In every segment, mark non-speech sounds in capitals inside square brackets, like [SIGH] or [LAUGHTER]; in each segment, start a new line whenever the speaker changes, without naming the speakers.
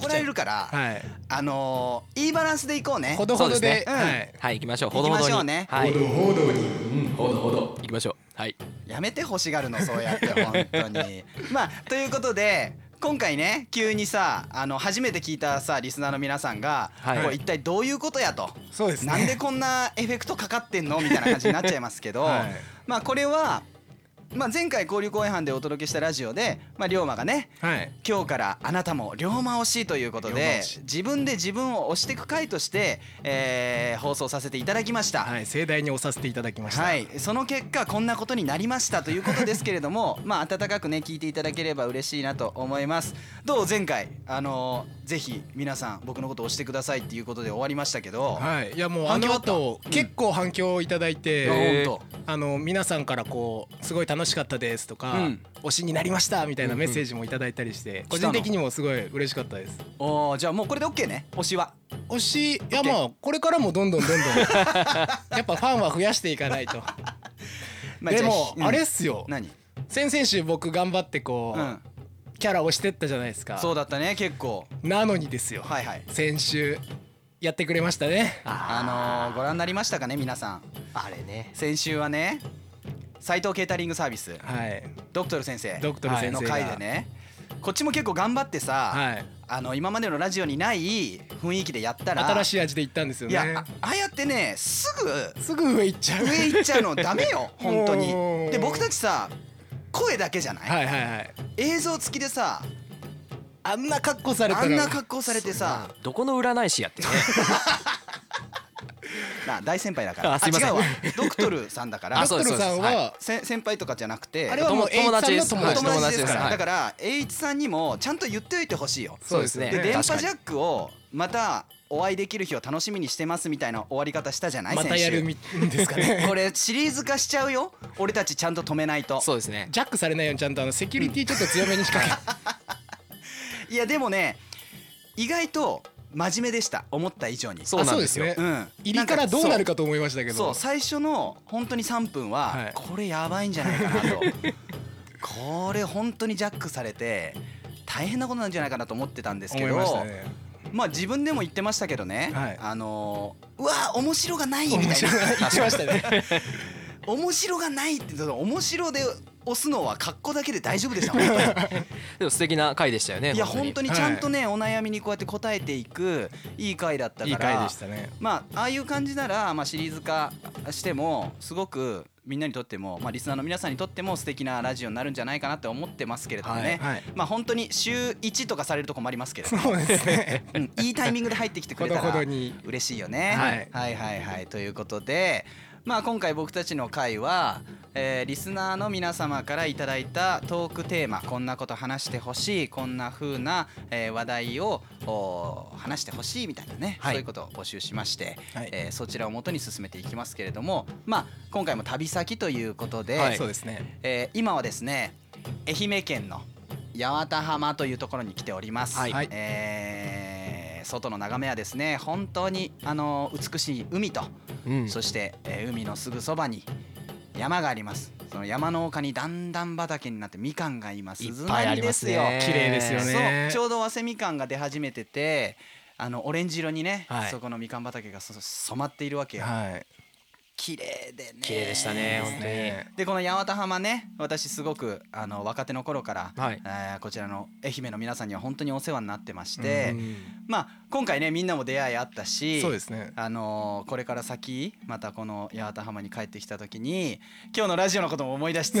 怒
来ち
ら
ゃ
れ
う
るから、
はい
あのーいいバランスでいこうね
ほどほどで
そうですねうん
はい
はい行きましょう
行
ほ
き
ど
ま
ほ
しょ
ど
う
に
ね
はい
ほどに
ほどほど行きましょうはい
やめて欲しがるのそうやって本当
[LAUGHS]
にまあということで今回ね急にさあの初めて聞いたさリスナーの皆さんが、
はい
これ一体どういうことやと
そうですね
なんでこんなエフェクトかかってんのみたいな感じになっちゃいますけど、
[LAUGHS] はい
まあこれは、まあ、前回交流公演班でお届けしたラジオで、まあ、龍馬がね
はい
今日からあなたも龍馬推しということ
龍馬
で
推し
自分で自分を推していく回として、えー放送させていただきました。
はい盛大に押させていただきました
はい、その結果こんなことになりましたということですけれども [LAUGHS] まあ温かくね聞いていただければ嬉しいなと思いますどう前回あのーぜひ皆さん僕のことを押してくださいっていうことで終わりましたけど、
はいいやもうあ
反響
の
あった
後結構反響をいただいて、
あ
へー
ほんと
あの皆さんからこうすごい楽しかったですとか、
うん
推しになりましたみたいなメッセージもいただいたりして、個人的にもすごい嬉しかったです。
おーじゃあもうこれで OK ね推しは
推しいやまあこれからもどんどんどんどん [LAUGHS] やっぱファンは増やしていか [LAUGHS] ないと。
ま
で
じゃ
も
うん
あれっすよ。
何
先々週僕頑張ってこう、
うん
キャラ推してったじゃないですか。
そうだったね結構
なのにですよ。
はいはい
先週やってくれましたね。
あのーご覧になりましたかね皆さん
あれね
先週はね斉藤ケータリングサービス
はい
ドクトル先生
ドクトル先生が
の回でねこっちも結構頑張ってさ、
はい。
あの今までのラジオにない雰囲気でやったら
新しい味で行ったんですよ
いやあ
ね。
ああやってねすぐ
すぐ上行っちゃう。
上行っちゃうのダメよ本当に
もう
で僕たちさ声だけじゃない、
はいはいはい。
映像付きでさ
あんな格好されたら
あんな格好されてさ
どこの占い師やってね
な大先輩だから
あすいません
違うわドクトルさんだから
あそう
ド
で
ク
す
トルさん
そうです
は
せ先輩とかじゃなくて
あれはもう
友達です
エイ
お
チさんの友達
友達ですから、
はい
だから栄一さんにもちゃんと言っておいてほしいよ
そうですね
で電波
確かに
ジャックをまたお会いできる日を楽しみにしてますみたいな終わり方したじゃない
また
先週
やるみんですかね
これシリーズ化しちゃうよ俺たちちゃんと止めないと
[LAUGHS] そうですね
[LAUGHS] ジャックされないようにちゃんとあのセキュリティちょっと強めに仕掛け
いやでもね意外と真面目でした思った以上に
そうなんですよ
あね
ん
入りからどうなる
か
かと思いましたけ
そう
ど
そう最初の本当に3分は、
はい
これやばいんじゃないかな
[LAUGHS]
とこれ本当にジャックされて大変なことなんじゃないかなと思ってたんですけ
思い
ど
ましたね
まあ自分でも言ってましたけどね、
はい
あのーうわー面白がないみたいな
面白い言ってましたね
[LAUGHS] 面白がないってその面白で押すのは格好だけで大丈夫でした本当に
でも素敵な回でしたよね
いや本当
に
にちゃんとね、お悩みにこうやって答えていくいい回だったから
いい回でしたね
まあああいう感じなら、まあ、シリーズ化してもすごくみんなにとっても、まあ、リスナーの皆さんにとっても素敵なラジオになるんじゃないかなって思ってますけれどもね、
はい
はい
まあ本当に週1とかされるとこもありますけれども、
そうですね
うんいいタイミングで入ってきて [LAUGHS] く
ほ
れた
ど
ら
ほどに
嬉しいよね、
は
は
い
いはいはいということで、まあ、今回僕たちの回は、えーリスナーの皆様からいただいたトークテーマこんなこと話してほしいこんな風な、えー話題をおー話してほしいみたいなね、
はい
そういうことを募集しまして、
はい
えーそちらをもとに進めていきますけれども、まあ、今回も旅先ということで、
はい
そうですね
えー今はですね愛媛県の八幡浜というところに来ております、
はい
はい
えー外の眺めはですね本当にあの美しい海と、
うん
そして、えー海のすぐそばに山がありますその山の丘に段々畑になってみかんが今
い
鈴
っぱいあ
なり
りま
ですすよ
ね
綺麗ですよね
そうちょうど早生みかんが出始めててあのオレンジ色にね、
はい
そこのみかん畑がそ染まっているわけよ、
はい
綺麗でね
綺麗でしたね本当に
ね
でこの八幡浜ね私すごくあの若手の頃から、
はい
えーこちらの愛媛の皆さんには本当にお世話になってまし
う
て
ん
まあ今回ねみんなも出会いあったし
そうですね
あのーこれから先またこの八幡浜に帰ってきた時に今日のラジオのことも思い出し
[LAUGHS]
つつ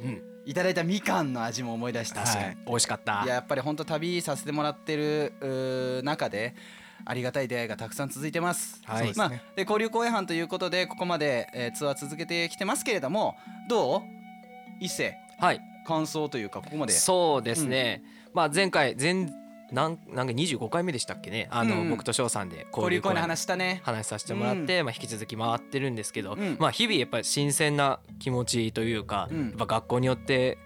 うん
いただいたみかんの味も思い出したし、
はい
い、
美味しかった
ややっぱり本当旅させてもらってるうー中でありがたい出会いがたくさん続いてます。
はい
そうです
まあ、
ね
で交流公演班ということでここまで、えーツアー続けてきてますけれどもどう伊勢
はい
感想というかここまで
そうですね、まあ前回前なんなんか25回目でしたっけねあの、
うんうん
僕と翔さんで
交流公演の
の
話したね
話させてもらって、まあ、引き続き回ってるんですけど、
うん
まあ、日々やっぱり新鮮な気持ちというか、
うん
やっぱ学校によって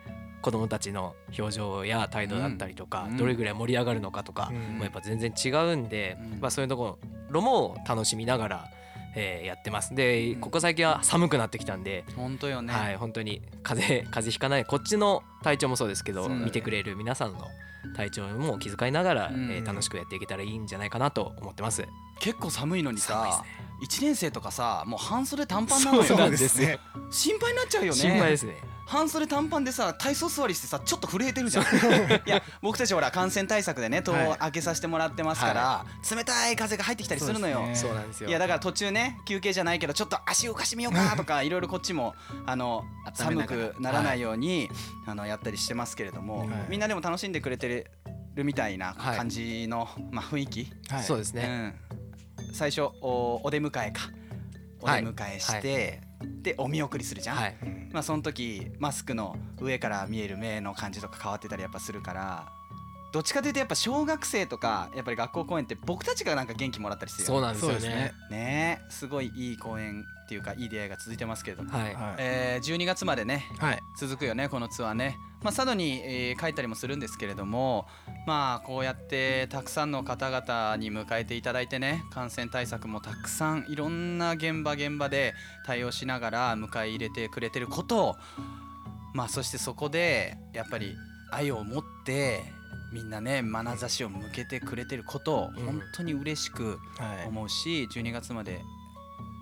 子どもたちの表情や態度だったりとか、
うん
どれぐらい盛り上がるのかとか、
うん
もうやっぱ全然違うんで、
うん
まあ、そういうところも楽しみながら、えーやってますで
うん
ここ最近は寒くなってきたんで、
本当よね、
はい本当に風邪風邪ひかないこっちの体調もそうですけ
そ
ど、
うだね
見てくれる皆さんの体調も気遣いながら、
うん
えー楽しくやっていけたらいいんじゃないかなと思ってます。
結構寒いのに
寒い
さ、一1年生とかさもう半袖短パンなのよ
そうなんですよ。
心配になっちゃうよね
心配ですね。
半袖短パンでさ体操座りしてさちょっと震えてるじゃんいや僕たちほら感染対策でね戸を
はい
開けさせてもらってますから、冷たい風が入ってきたりするのよ、
そうですね
そうなんですよ。
いやだから途中ね休憩じゃないけどちょっと足動かしてみようかとかいろいろこっちもあの寒
温めながら
くならないように、あのやったりしてますけれども、
はい
みんなでも楽しんでくれてるみたいな
はい
感じの、まあ、雰囲気、
はい
そうですね。
うん、最初おお出迎えかお出
はい
迎えして、でお見送りするじゃん、
はい。
うん
まあその時マスクの上から見える目の感じとか変わってたりやっぱするからどっちかというとやっぱ小学生とかやっぱり学校公演って僕たちがなんか元気もらったりする
そう
よ
なんですよ
そうです
ね
ね。
ねえすごいいい公演っていうかいい出会いが続いてますけれども、
はい。
はい
えー12月までね
はい
続くよねこのツアーね、まあ、佐渡に、えー書いたりもするんですけれどもまあこうやってたくさんの方々に迎えていただいてね感染対策もたくさんいろんな現場現場で対応しながら迎え入れてくれてることをまあそしてそこでやっぱり愛を持ってみんなね眼差しを向けてくれてることを
うん
本当に嬉しく
はい
思うし12月まで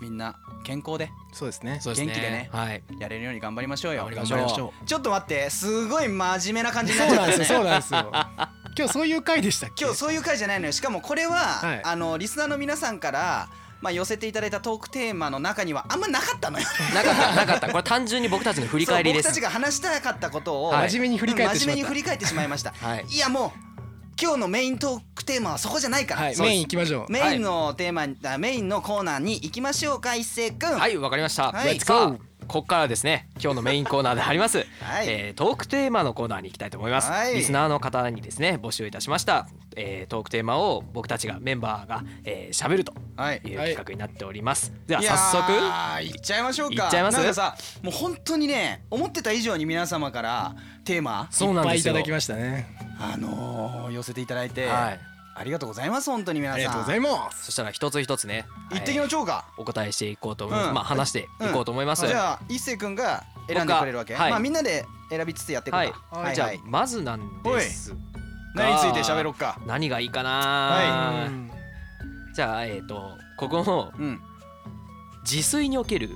みんな健康で
そうですね
そうですね。
元気でね
はい。
やれるように頑張りましょうよ
頑張りましょう
ちょっと待ってすごい真面目な感じにな
そ
っ
う
ちゃ
なん
っ
で
た
すよ
ね
そうなんですよ [LAUGHS] 今日そういう回でしたっけ
今日そういう回じゃないのよしかもこれは、
はい
あのリスナーの皆さんからまあ寄せていただいたトークテーマの中にはあんまなかった
[LAUGHS]
のよ
なかったなかった。これ単純に僕たちの振り返りで
そう僕た
す
ち。が話したかったことを、
はい
真面目に振り返ってしま
真面目に
っ
振り返ってしまいました
[LAUGHS]
はい。
いやもう今日のメイントークテーマはそこじゃないか
た
ら、
はい
そう
メイン行きましょう
メインのテーマに、あメインのコーナーに行きましょうか一斉くん
はい、わかりました。
はい
さあここからはですね、今日のメインコーナーであります、
はい
えートークテーマのコーナーに行きたいと思います。
はい
リスナーの方にですね、募集いたしました、えートークテーマを僕たちがメンバーが喋、えー、喋ると
はい
いう企画になっております。ではい
やー
早速、
行っちゃいましょうか
行っちゃいます
なんかさもう本当にね思ってた以上に皆様からテーマ
そうなん
い
で
っ
す
ぱいいただ
よ。
きましたね
あのー、寄せていただいて、
はい。
ありがとうございます本当に皆さん
ありがとうございます
そしたら一つ一つね、
一滴の
はい
蝶が、
お答えしていこうと思います。
うん
まあ話していこうと思います。
じゃあ一星君が選んでくれるわけ、
僕ははい
まあみんなで選びつつやっていこ
は
う
い、
か、
じゃあまずなんですが
何について喋ろうか
何がいいかな、
は
うん
じゃあえっ、とここの
うん
自炊における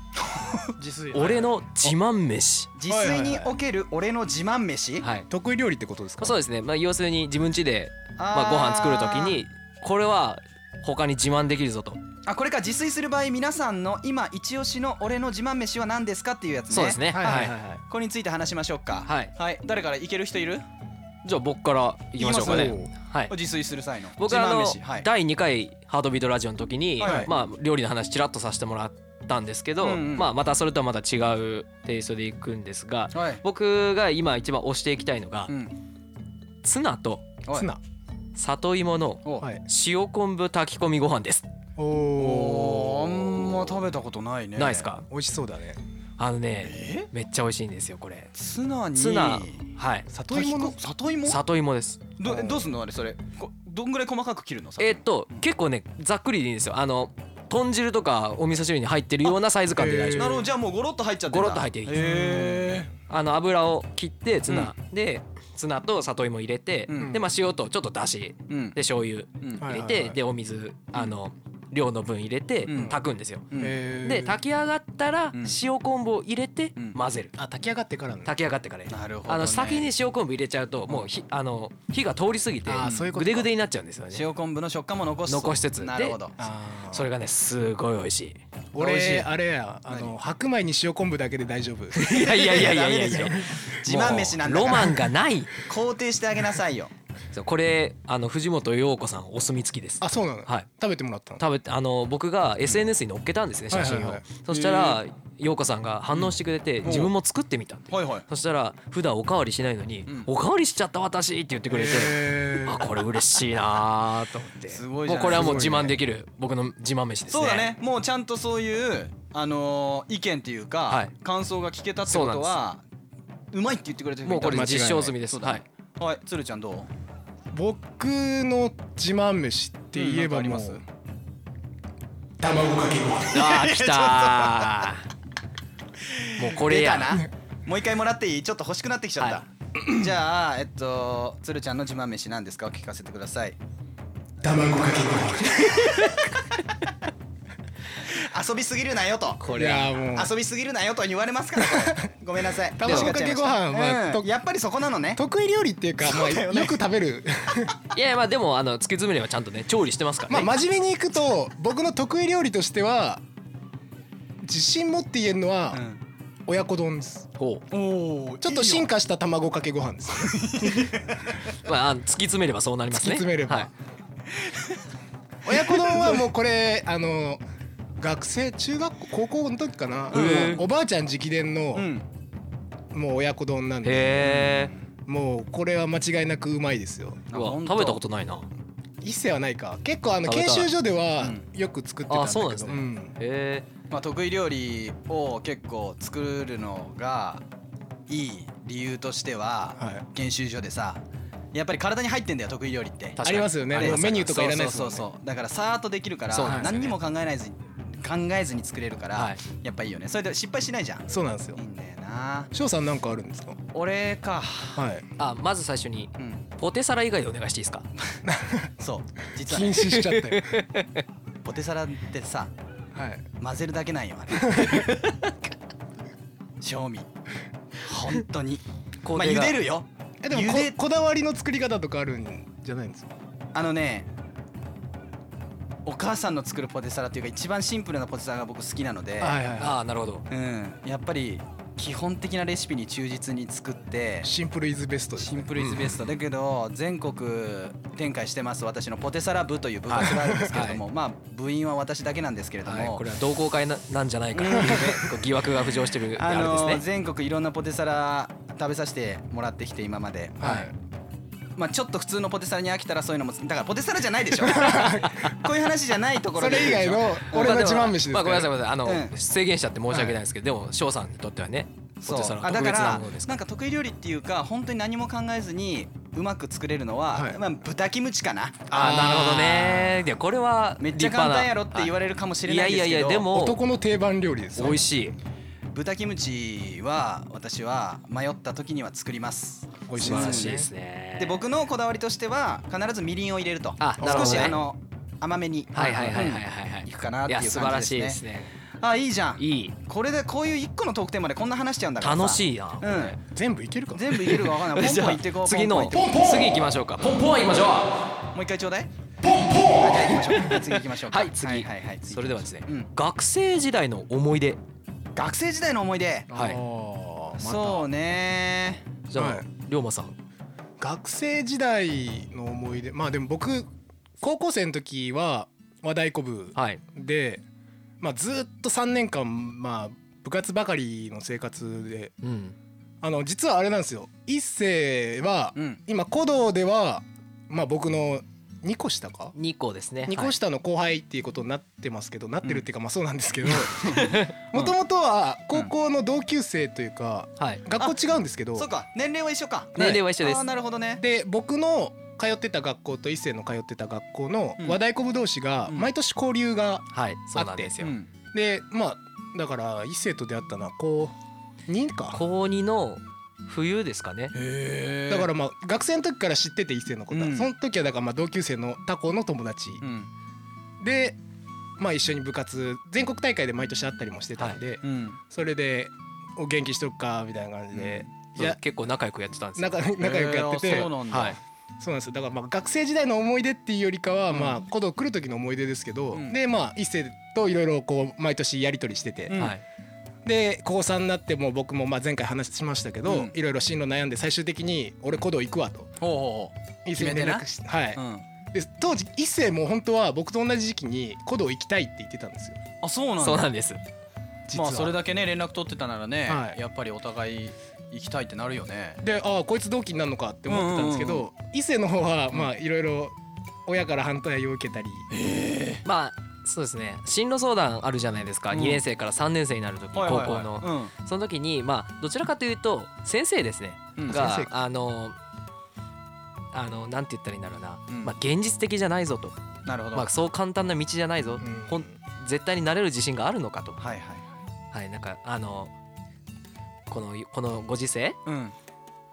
自炊
俺の自慢飯
自炊における俺の自慢飯、
はい、ま
得意料理ってことです
あ、
か
そうですね、まあ、要するに自分家で、
あー
まあ、ご飯作る時にこれは他に自慢できるぞと、
あこれか自炊する場合皆さんの今一押しの俺の自慢飯は何ですかっていうやつね
そうですね
はいはいはいはい
これについて話しましょうか
はい
はい、誰からいける人いる
じゃあ僕からいきましょうか
いき
ね
ま
はい
自炊する際の
僕はあの、
自慢飯はい
第2回ハードビートラジオの時に、
はいはい
まあ、料理の話ちらっとさせてもらったんですけど、
うんうん
まあ、またそれとはまた違うテイストでいくんですが
はい
僕が今一番推していきたいのが、
うん
ツナと
おい
ツナ
里芋の
お
はい
塩昆布炊き込みご飯です、
お
お
お
ーあんま食べたことないね
ないですか
美味しそうだね
あのねめっちゃ美味しいんですよこれ
ツナに
ツナはい
里芋の
里芋
里芋です
どどうすんのあれそれこどんぐらい細かく切るの
えっと結構ねざっくりでいいんですよあの豚汁とかお味噌汁に入ってるようなサイズ感で大
え
丈
ー
夫、
なるほどじゃあもうゴロッと入っちゃって
ゴロッと入っていい
へえ
あの油を切ってツナ、でツナと里芋入れて、
うん
でまあ塩とちょっとだし
うん
で醤油
うん
はい
入れて、
はいはい
でお水あの量の分入れて、
うん
炊くんですよ、
うん
で炊き上がったら
うん
塩昆布を入れて
うん
混ぜる、
あ炊き上がってからの
炊き上がってからね
なるほどね
あの先に塩昆布入れちゃうともうひあの火が通り過ぎて
あーそういうことか
ぐでぐでになっちゃうんですよね
塩昆布の食感も残し
残しつつ
なるほど
あー
それがねすごい美味し
美味しい
俺あれやあ
何
の白米に塩昆布だけで大丈夫
いいやいやいやいやいやい
ダ
や
メ
もう
自慢飯なんだから
ロマンがない
肯定してあげなさ
[LAUGHS]
いよ
そうこれあの藤本陽子さんお墨付きです
あそうなの
はい
食べてもらったの
多分あの僕が SNS に載っけたんですね写真
は
を、
いはいはい
そしたら陽子さんが反応してくれて、
ん
自分も作ってみたって
はいはい
そしたら普段おかわりしないのに「
うん
おかわりしちゃった私」って言ってくれて、
へー
あこれ嬉しいなーと思って
すごいじゃない
もうこれはもう
す
自
ごいね
慢できる僕の自慢飯ですね
そうだねもうちゃんとそういうあのー意見っていう
は
か
い
感想が聞けたってことはうまいって言ってくれてる人
もうこれ
いたら
実証済みです
そうだ
は
ね
い
はい鶴ちゃんどう
僕の自慢飯って言えば
うんなん
も
かあり
う
ま
炊卵かけご飯
あー来たーもうこれや
出たなもう一回もらっていいちょっと欲しくなってきちゃった、
は
[LAUGHS] じゃあえっと鶴ちゃんの自慢飯なんですかお聞かせてください
卵かけご
遊びすぎるなよと
こ
飯い
れ
や
は
もう
遊びすぎるなよとは言われますからこれごめんなさい
卵かけご飯は
うんやっぱりそこなのね
得意料理っていうかまあ
だよ
よ
ね
く食べる
いやいやまあでもあの突き詰めればちゃんとね調理してますから
まあ
ね、
真面目にいくと僕の得意料理としては自信持って言えるのは親子丼です
ほ
おお
ちょっと進化した卵かけご飯です
うまああの突き詰めればそうなります
突き
ね
詰めれば
はい、
親子丼はもうこれあの学生中学校高校の時かな、
へー
おばあちゃん直伝の
う、ん
もう親子丼なんで
へ
もうこれは間違いなくうまいですよ
えうわ
ほんと
食べたことないな
一世はないか結構あの
食べ
研
たい
修所では
う
よく作ってたんだけど、
あそうなんですねへ
まあ、得意料理を結構作るのがいい理由としては、
はい
研修所でさやっぱり体に入ってんだよ得意料理って
確か
あ
に
りますよね
あり
も
ま
う
す
メニューとかいらないです
そ
も
うん
ね
そうそうそうだからさーっとできるから、
そうなんですよ
何に
ね
も考えないず考えずに作れるから、
はい
やっぱいいよねそれで失敗しないじゃん
そうなんですよ
いいんだよな
翔さんなんかあるんですか
俺か
はい
ーあまず最初に
うん
ポテサラ以外でお願いしていいですか
そう実は
禁
ね
止しちゃ
[LAUGHS]
ったよ
ポテサラってさ
はい
混ぜるだけなんよあれ賞味本当にまあ茹でるよ
えでも
茹
こ
で
こだわりの作り方とかあるんじゃないんですか
あのねお母さんの作るポテサラっていうか一番シンプルなポテサラが僕好きなので、
はいはい
ああなるほど
うん、やっぱり基本的なレシピに忠実に作って
シンプルイズベストです
シンプルイズベストだけど全国展開してます私のポテサラ部という部活があるんですけれども、まあ部員は私だけなんですけれども、
はい、これは同好会ななんじゃないかというねこう疑惑が浮上し
[LAUGHS]
てるあ
あ
れ
の
ですね
全国いろんなポテサラ食べさせてもらってきて今まで、
はい
まあ、ちょっと普通のポテサラに飽きたらそういうのもだからポテサラじゃないでしょこういう話じゃないところ
そ
で
れ以外の俺の自慢飯です
まあ、
か
ごめ
ら
んなさいごめんなさいあの、
うん
制限しちゃって申し訳ないですけど、でも翔さんにとってはねポ
そう
テサラは
あ
特
だか
別な
ら
ものですか
なんか得意料理っていうか本当に何も考えずにうまく作れるのは、
はい
まあ、豚キムチかな
ああなるほどねいやこれは
めっちゃ簡単やろって言わ
れ
れるかもしれないですけど、
いやいやいやでも
男の定番料理です
美味しい
豚キムチは私は迷った時には作ります
美味しい
素
で
晴
す
ら
ね
しいですね
で僕のこだわりとしては必ずみりんを入れると
あなるほどね
少しあの甘めに
はいはいはいはいはいはい
いくかなっていう感じですね
や素晴らしいですね
あいいじゃん
いい
これでこういう一個の特典までこんな話しちゃうんだからさ
楽しいやん、
うん
全部いけるかな
全部いけるかわかんないポン
[LAUGHS] じ
ポン
ゃあ
いってこう
次の
ポンポンいって
次行きましょうかポンポン行きましょう
こうもう一回ちょうだいポンポンじゃあ行きましょうはい次行きましょうか
はい次、
はいはいはい次
それではですね、
うん
学生時代の思い出
学生時代の思い出
はい
い
そうね
じゃあ、
はい
龍馬さん
学生時代の思い出まあでも僕高校生の時は和太鼓部
はい
で、まあ、ずっと3年間、まあ、部活ばかりの生活で
うん
あの実はあれなんですよ一世は、
うん
今古道では、まあ、僕の2個下か
2個ですね
2個下の後輩っていうことになってますけど、なってるっていうかまあそうなんですけど [LAUGHS] もともとは高校の同級生というか、
はい、はい
学校違うんですけど
そうか年齢は一緒か
年齢は一緒です
あーなるほどね
で僕の通ってた学校と一星の通ってた学校の
うん
和太鼓部同士が
うん
毎年交流が、
はいそうなんですよ、
うん
でまあだから一星と出会ったのは高2か
高2の冬ですかね
へ
だかららまあ学生の時から知ってて一星のことは、
うん
その時はだからまあ同級生の他校の友達、
うん
でまあ一緒に部活全国大会で毎年会ったりもしてたんで、
うん
それで「お元気しとくか」みたいな感じで、いや
結構仲良くやってたんですよ
仲仲良くやってて、
えーそうなんだ
はい
そうなんですよだからまあ学生時代の思い出っていうよりかは、
うん
まあ古道来る時の思い出ですけど、
うん
でまあ一世といろいろこう毎年やり取りしてて、
うん
はい
で高3になってもう僕もまあ前回話しましたけ
う
ど
ん
いろいろ進路悩んで最終的に俺古道行くわと
ほうほ
一世に連絡して、はい
ほううん
で当時一世も本当は僕と同じ時期に古道行きたいって言ってたんですよ
あそうなんだ
そうなんです
実
ま
は。
あそれだけね連絡取ってたならね、
はい
やっぱりお互い行きたいってなるよね
でああこいつ同期になるのかって思ってたんですけ
うんうん
ど伊勢の方はまあいろいろ親から反対を受けたり
まあそうですね進路相談あるじゃないですか、
うん
2年生から3年生になる時、
はいはいはい
高校の、その時にまあどちらかというと先生ですね、
うん
が
先生
あのあのなんて言ったらいいんだろうな、
うん
まあ現実的じゃないぞと、
うんなるほど、
まあ、そう簡単な道じゃないぞ、
ん
ほん絶対になれる自信があるのかと、
はいはい
はい、なんかあのこのこのご時世、
うん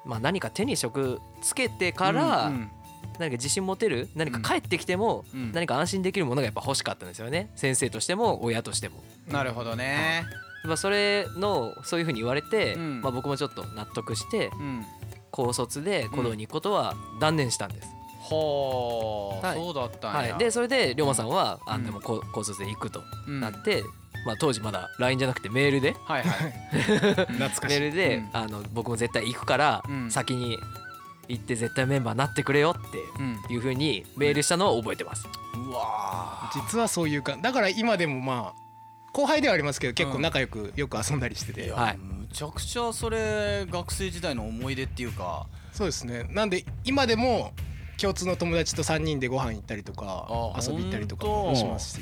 まあ、何か手に職つけてから、
うん
何か自信持てる何か帰ってきても、
うん
何か安心できるものがやっぱ欲しかったんですよね先生としても親としても。
うんなるほどね
まあ、それのそういうふうに言われて、
うん
まあ、僕もちょっと納得して
うん
高卒で古道に行くことは断念したんです。
ほう
はい
そうだったん
は
や
い、でそれで龍馬さんは、あ
うん
でもこう高卒で行くと
うん
なって、まあ、当時まだ LINE じゃなくてメールで
はい
[LAUGHS]
はい
懐か
メ
しい
ールで、
うん
あの僕も絶対行くから、
うん
先に行って絶対メンバーになってくれよっ
うん
ていうふうにメールしたのを覚えてます。
うわー
実はそういうかだから今でもまあ後輩ではありますけど結構仲良くよく遊んだりしてて、
やはい
むちゃくちゃそれ学生時代の思い出っていうか
そうですねなんで今でも共通の友達と3人でご飯行ったりとか
あ
遊び行ったりとか
ほん
も
と
しますし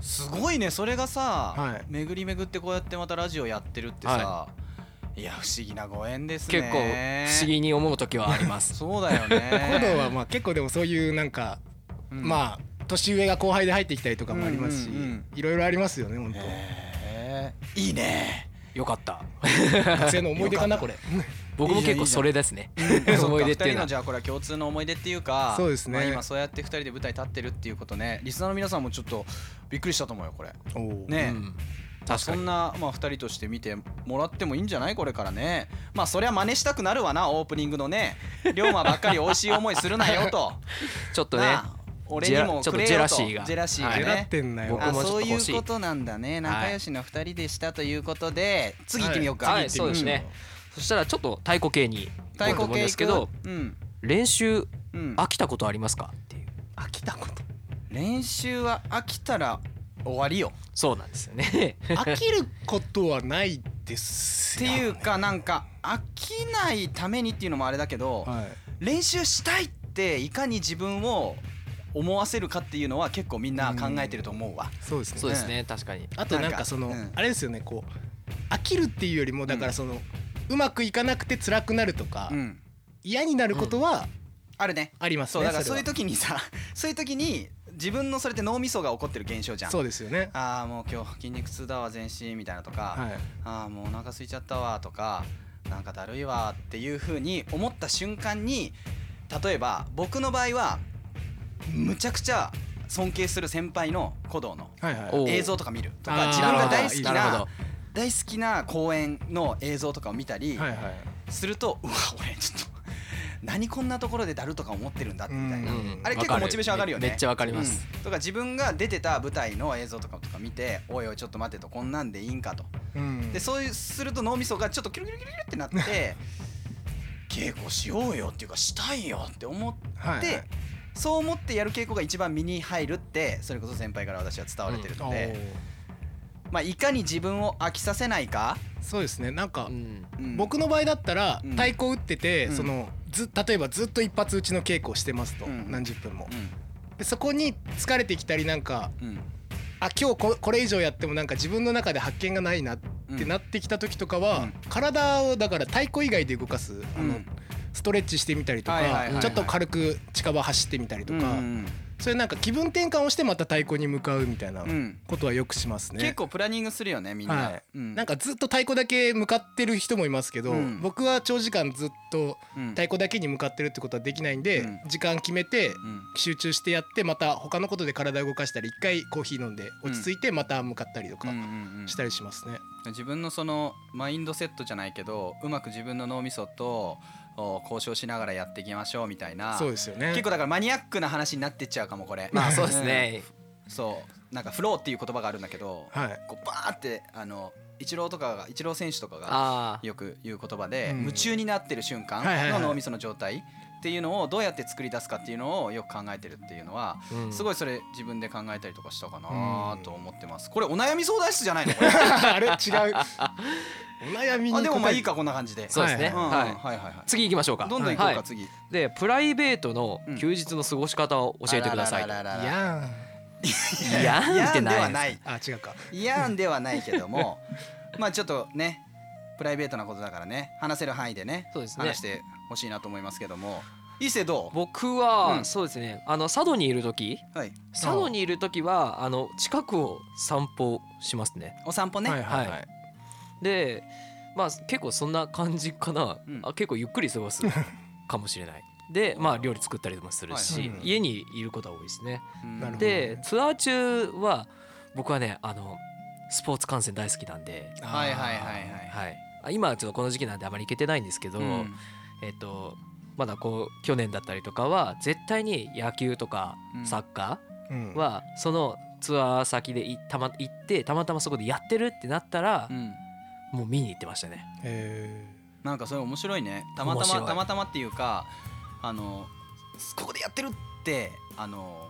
すごいねそれがさ、
はい
巡り巡ってこうやってまたラジオやってるってさ、い、や不思議なご縁ですね
結構不思議に思う時はあります。
そうだよ
古道は
ね、
まあ結構でもそういうなんか、
うん
まあ年上が後輩で入ってきたりとかもありますし、
うんうんうん
いろいろありますよね本当
へーいいね
よかった。
[LAUGHS] 学生の思い出かな
よか
こ
っ
れ
僕
い
も
いじゃん
結構それですね。 [LAUGHS] 思い出って
[LAUGHS] そか二人
いうの
の
は。
じゃあこれは共通の思い出っていうか
そうですね
まあ今そうやって二人で舞台立ってるっていうことねリスナーの皆さんもちょっとびっくりしたと思うよこれ
[LAUGHS] おー
ね、
うん確
そ
か
ん
に。
な、まあ、2人として見てもらってもいいんじゃないこれからねまあそりゃ真似したくなるわなオープニングのね龍馬ばっかり美味しい思いするなよと
[LAUGHS] ちょっとね
な。あ俺にも
ジェラちょっ
く
と
れよと
ジェラシーが
ジェラシーが
狙っ
ね、
てんなよ
僕
あ
もちょっ
そ
と
うい
欲しいう
ことなんだね仲良しの2人でしたということで、次行ってみようか、
はいはいそうですねそしたらちょっと太鼓系に
太
行こう
鼓
と思うん
系
で
い
す
く
けど、
うん
練習
うん、
飽きたことありますかっていう。
飽きたこと
練習は飽きたら終わりよ
そうなんですよね。
[LAUGHS]
飽きることはないです
って
よ
いうかなんか飽きないためにっていうのもあれだけど、
はい
練習したいっていかに自分を思わせるかっていうのは結構みんな考えてると思うわ。
そうですね
そうですね確かに。
あとなんかその、
うん
あれですよねこう飽きるっていうよりもだからその、うまくいかなくて辛くなるとか、
うん、
嫌になることは
あるね。
あります
そう
ね、
だから
そ
そう
れ
いう時にさ [LAUGHS] そういう時に自分のそれって脳みそが起こってる現象じゃ
は
ん。
そうですよね
ああもう今日筋肉痛だわ全身みたいなとか、
はい
ああもうお腹空いちゃったわとかなんかだるいわっていう風に思った瞬間に例えば僕の場合はむちゃくちゃ尊敬する先輩の鼓動の
はいはい
お
映像とか見るとか
あー
自分が大好き
なる
な大好きな公演の映像とかを見たり
はいはい
すると、うわ俺ちょっと [LAUGHS] 何こんなところでだるとか思ってるんだみたいな、
うん
あれ結構モチベーション上がるよね
めっちゃわかります。
うんとか自分が出てた舞台の映像とかとか見ておいおいちょっと待てとこんなんでいいんかと
うん
でそういうすると脳みそがちょっとキュルキュルキュルキュルってなって
[LAUGHS]
稽古しようよっていうかしたいよって思って、
はいはい
そう思ってやる稽古が一番身に入るってそれこそ先輩から私は伝われてるので。まあ、いかに自分を飽きさせないか、
おーそうですねなんか、
うん
僕の場合だったら
うん
太鼓打ってて、
うん
そのず例えばずっと一発打ちの稽古をしてますと、
うん
何十分も
う
でそこに疲れてきたりなんか
んうん
あ今日ここれ以上やってもなんか自分の中で発見がないなってなってきた時とかは、
うん
体をだから太鼓以外で動かす、あ
う
の
ん
ストレッチしてみたりとか、
はいはいはいはい
ちょっと軽く近場走ってみたりとか、
うん
そういうなんか気分転換をしてまた太鼓に向かうみたいな
うんうん
ことはよくしますね。
結構プランニングするよねみんな、
はい
うん、
なんかずっと太鼓だけ向かってる人もいますけど、
うん
僕は長時間ずっと
うん、
太鼓だけに向かってるってことはできないんで、
うん
時間決め
う
て
ん
集中してやってまた他のことで体動かしたり一回コーヒー飲んで落ち着いてまた向かったりとか
うんうんうん
したりしますね。
自分のそのマインドセットじゃないけどうまく自分の脳みそとお交渉しながらやっていきましょうみたいな
そうですよね
結構だからマニアックな話になってっちゃうかもこれ [LAUGHS]
まあそうです、ね。
うんそうなんかフローっていう言葉があるんだけど、
はい [LAUGHS]
こうバーってあのイチローとかがイチロー選手とかが
あ
よく言う言葉で、
うん
夢中になってる瞬間
はいはいは
の
い
脳みその状態っていうのをどうやって作り出すかっていうのをよく考えてるっていうのは、
あ、うん
すごいそれ自分で考えたりとかしたかな
うん
と思ってますこれお悩み相談室じゃないの
[LAUGHS]
これ
あれ
[LAUGHS]
違う。お悩みに答え
あでもまあいいかこんな感じで
そうですね。
はい
うんうん
はい。
はいはいは
次行きましょうか。
いどんどん行こう
は
か
い
次教
でプライベートの休日の過ごし方を教えてくださいと。
いや
いや
い
ー
や
っ
ん
て
では
な。
ないい
ーんあ違うか。
いやんではないけども [LAUGHS] まあちょっとねプライベートなことだからね話せる範囲でね
そうですね
話してほしいなと思いますけども伊勢ど
僕は、
うん
そうですねあの佐渡にいる時
うはい
佐渡にいる時はあの近くを散歩しますね
お散歩ね、
はいはいは
はいでまあ結構そんな感じかな、
うん
あ結構ゆっくり過ごすかもしれないでまあ料理作ったりもするし、
はいはい
家にいることは多いですね
うん
なるほど
でツアー中は僕はねあのスポーツ観戦大好きなんで、
はいはいはいはい
はい、あ今はちょっとこの時期なんであまり行けてないんですけど、
うん
えっとまだこう去年だったりとかは絶対に野球とか
うん
サッカ
うん
ーはそのツアー先でいたま行ってたまたまそこでやってるってなったら
うん
もう見に行ってましたね。
え
なんかそれ面白いねたまた
面白
ま
い
たまたまっていうかあのここでやってるってあの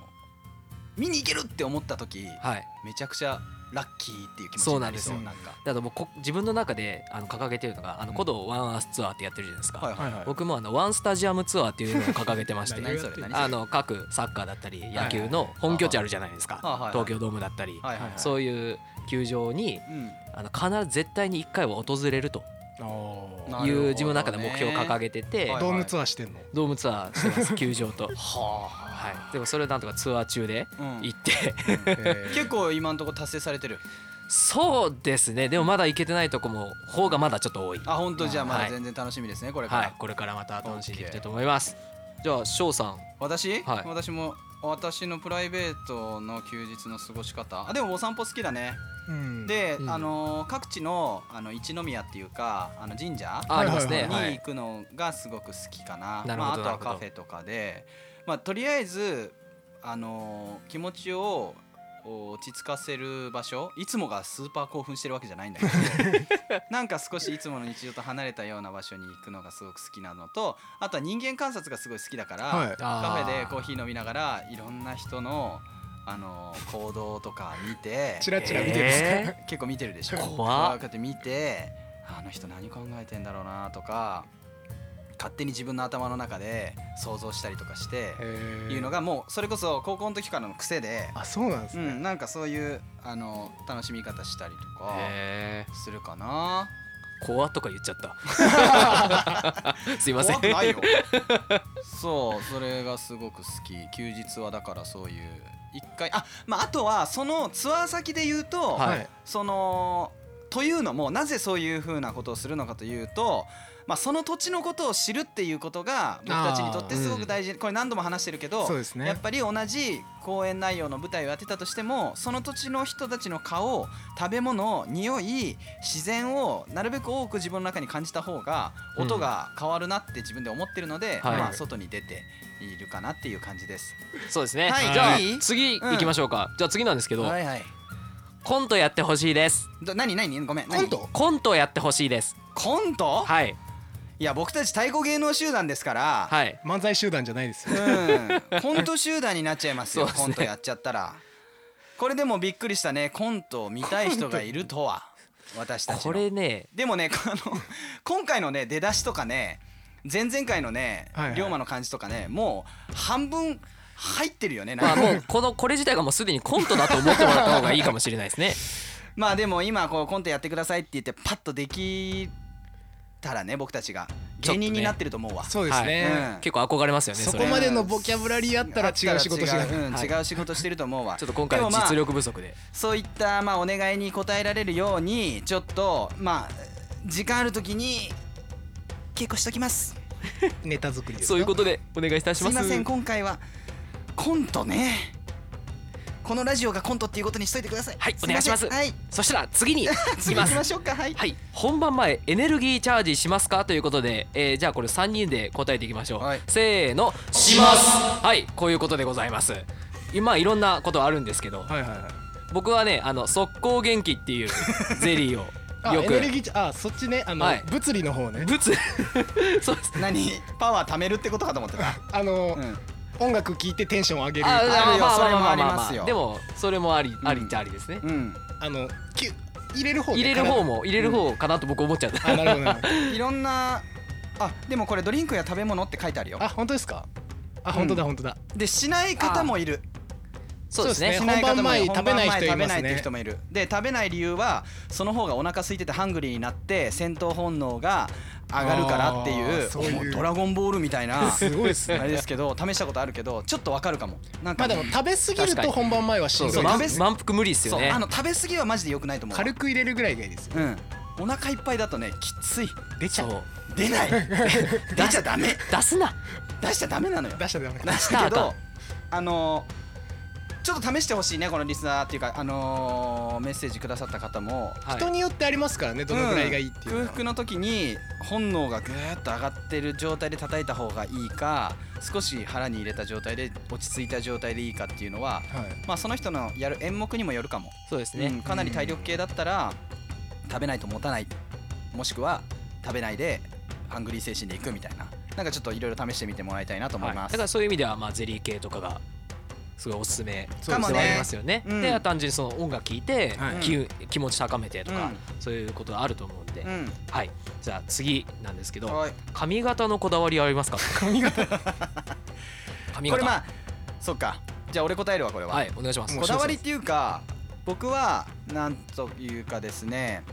見に行けるって思った時
はい、
めちゃくちゃラッキーっていう気持ち
そう
に
な
なん
で
り
す
そ
よ
うなんか
であともうこ自分の中であの掲げてるのがあの古道ワンアースツアーってやってるじゃないですか、
はい
ーはいはい
僕もあのワンスタジアムツアーっていうのを掲げ
[LAUGHS]
てまして
何
何それ何それ
あの各サッカーだったり野球の本拠地あるじゃないです
はいはいは
か
い
東京ドームだったり
はいはいはい
そういう球場に
うん
あの必ず絶対に1回は訪れると
あー
なるほど
い
ね
う自分の中で目標を掲げてて
はい
ドームツアーしてんの
ドームツアーし
[LAUGHS]
てます球場と。
は
はい、でもそれをなんとかツアー中で
うん
行って、
え
[LAUGHS]
ー
結構今のところ達成されてる
そうですねでもまだ行けてないとこも方がまだちょっと多い
あ本当じゃあま
は
だ
い
全然楽しみですねこれか
は
ら
い、これからまた楽しんでいきたいと思います。じゃあ翔さん、
私、
はい
私も私のプライベートの休日の過ごし方あでもお散歩好きだね、
うん
で、
うん
あの各地のあの一宮っていうかあの神社
ああります
はい
ね。は
に
い
行。くのがすごく好きかな、
なる
まあ、
ほ
あ
ど
と
な
は
るほど
カフェとかで、まあ、とりあえず、あのー気持ちをこう落ち着かせる場所いつもがスーパー興奮してるわけじゃないんだけど
[LAUGHS]
なんか少しいつもの日常と離れたような場所に行くのがすごく好きなのとあとは人間観察がすごい好きだから、
はい
カフ
あ
ェでコーヒー飲みながらいろんな人の、あのー行動とか見
[LAUGHS]
て
チラチラ見てるんですか、
え
結構見てるでしょ
怖っ
こうやって見てあの人何考えてんだろうなとか勝手に自分の頭の中で想像したりとかして
えー
いうのがもうそれこそ高校の時からの癖で、
あそうなんです
う
ね、
ん、なんかそういうあの楽しみ方したりとか
へ
するかな
ー怖っとか言っちゃ
[LAUGHS]
った。すいませ
怖
ん。
くない
[LAUGHS]
よそうそれがすごく好き休日はだからそういう一回あまああとはそのツアー先で言うと、
はい
そのというのもなぜそういうふうなことをするのかというと、まあ、その土地のことを知るっていうことが僕たちにとってすごく大事、これ何度も話してるけど
そうですね
やっぱり同じ公演内容の舞台をやってたとしてもその土地の人たちの顔食べ物匂い自然をなるべく多く自分の中に感じた方が
うん
音が変わるなって自分で思ってるので、
はい
まあ、外に出ているかなっていう感じです。
そうですね。
はい
じゃあ
いい
次行きましょうか。じゃあ次なんですけど、
はいはい
コントやってほしいです。
ど何何ごめん
コン
何
ト
コントやってほしいです。
コント、
はい
いや僕たち太鼓芸能集団ですから、
はい。
漫才集団じゃな
[LAUGHS]
いですよ
[LAUGHS]
うん、コント集団になっちゃいますよ、
そうですね
コントやっちゃったらこれでもびっくりしたねコントを見たい人がいるとは私たちの
これね、
でもねこの今回のね出だしとかね前々回のね、
はいはい
龍馬の感じとかねもう半分入ってるよねなん
まあ
か
もうこのこれ自体がもうすでにコントだと思ってもらった方がいいかもしれないですね。
[LAUGHS] まあでも今こうコントやってくださいって言ってパッとできたらね僕たちが
ちょ
芸
っとね
人になってると思うわ。
そうですね、
はいうん
結構憧れますよね。
そ
そ
こ
れ。ち
までのボキャブラリーあったら違う仕事し
あ
な
ったら
い
違う,、うん
はい
違う仕事してると思うわ
ょっと今回
で
は
もまあ
実力不足で。
そういったまあお願いに応えられるようにちょっとまあ時間あるときに稽古しときます
ネタ作りですか
そういうことでお願いいたし
す
ま
い
す。
ません今回はコントねこのラジオがコントっていうことにしといてください
はい
せん
お願いします
はい
そしたら次に行
次
き
行
ま
き
す。
ましょうかはい
はい、本番前エネルギーチャージしますかということで、えーじゃあこれ3人で答えていきましょう、
はい
せーのしますはいこういうことでございます今いろんなことあるんですけど、
はいはいはい
僕はねあの速攻元気っていうゼリー
あ
をよ
エネル
く
ギーちあそっちねあの、
はい
物理の方ね
ぶつ [LAUGHS] そうです
何パワー貯めるってことかと思ってた、
あの、
うん、
音楽聴いてテンション上げる
あ
あ
あるよ
まあ
それも
まあまあまあ
あり
ま
ます
あ
よ
でもそれもあり
ん
ありっちゃありですね、
うん、
のきゅ入れる方ね
入れる方
体
も入れる方かなと僕思っちゃった、
あなるほどなるほど
いろんなあでもこれドリンクや食べ物って書いてあるよ
あ本当ですかあ本当だ、
う
本当だ
でしない方もいる
そうですね
そうで
しない
すね
方
本番
もい
前
る
食べない人いますね
本番前食べないって人もいるで食べない理由はその方がお腹空いててハングリーになって戦闘本能が上がるからってい
あー
う
そういう
もうドラゴンボールみたいな
すごいっす
あ
ね
れですけど試したことあるけどちょっとわかるかもなん
ま
か
あでも食べ過ぎ
確
る
かに
と本番前はしん
そ
ど
うそう
い
満
ですね
満腹無理で
そ
すよ
う
ね
あの食べ過ぎはマジで良くないと思うわ
軽く入れるぐらいがいいですよ
うんお腹いっぱいだとねきつい
出ちゃう
そう
出
[LAUGHS]
ない出ちゃダメ
出すな
出しちゃダメなのよ
出しちゃダメ
出
だ
したけ
したらあ
どあのちょっと試してほしいねこのリスナーっていうかあのメッセージくださった方も
はい
人によってありますからねどのぐらいがいいっていうの
ん
は
空腹の時に本能がぐーっと上がってる状態で叩いた方がいいか少し腹に入れた状態で落ち着いた状態でいいかっていうのは、
はい
まあ、その人のやる演目にもよるかも、
そうです
うん
ね
かなり体力系だったら食べないと持たないもしくは食べないでハングリー精神でいくみたいななんかちょっといろいろ試してみてもらいたいなと思
はいいだ
ます。
からそういう意味ではまあゼリー系とかがすごいおすすめ
そう
かもね
ではありますよね
うん
で単純にその音楽聴いて
はい
気気持ち高めてと
う
か
ん
そういうことがあると思うんで
うん
はいじゃあ次なんですけど
はい
髪型のこだわりありま
[LAUGHS]
すか髪型 [LAUGHS] 髪
これま
型
あそっかじゃあ俺答えるわこれは、
はいお願いします
もう
こだわりっていうか僕はなんというかですね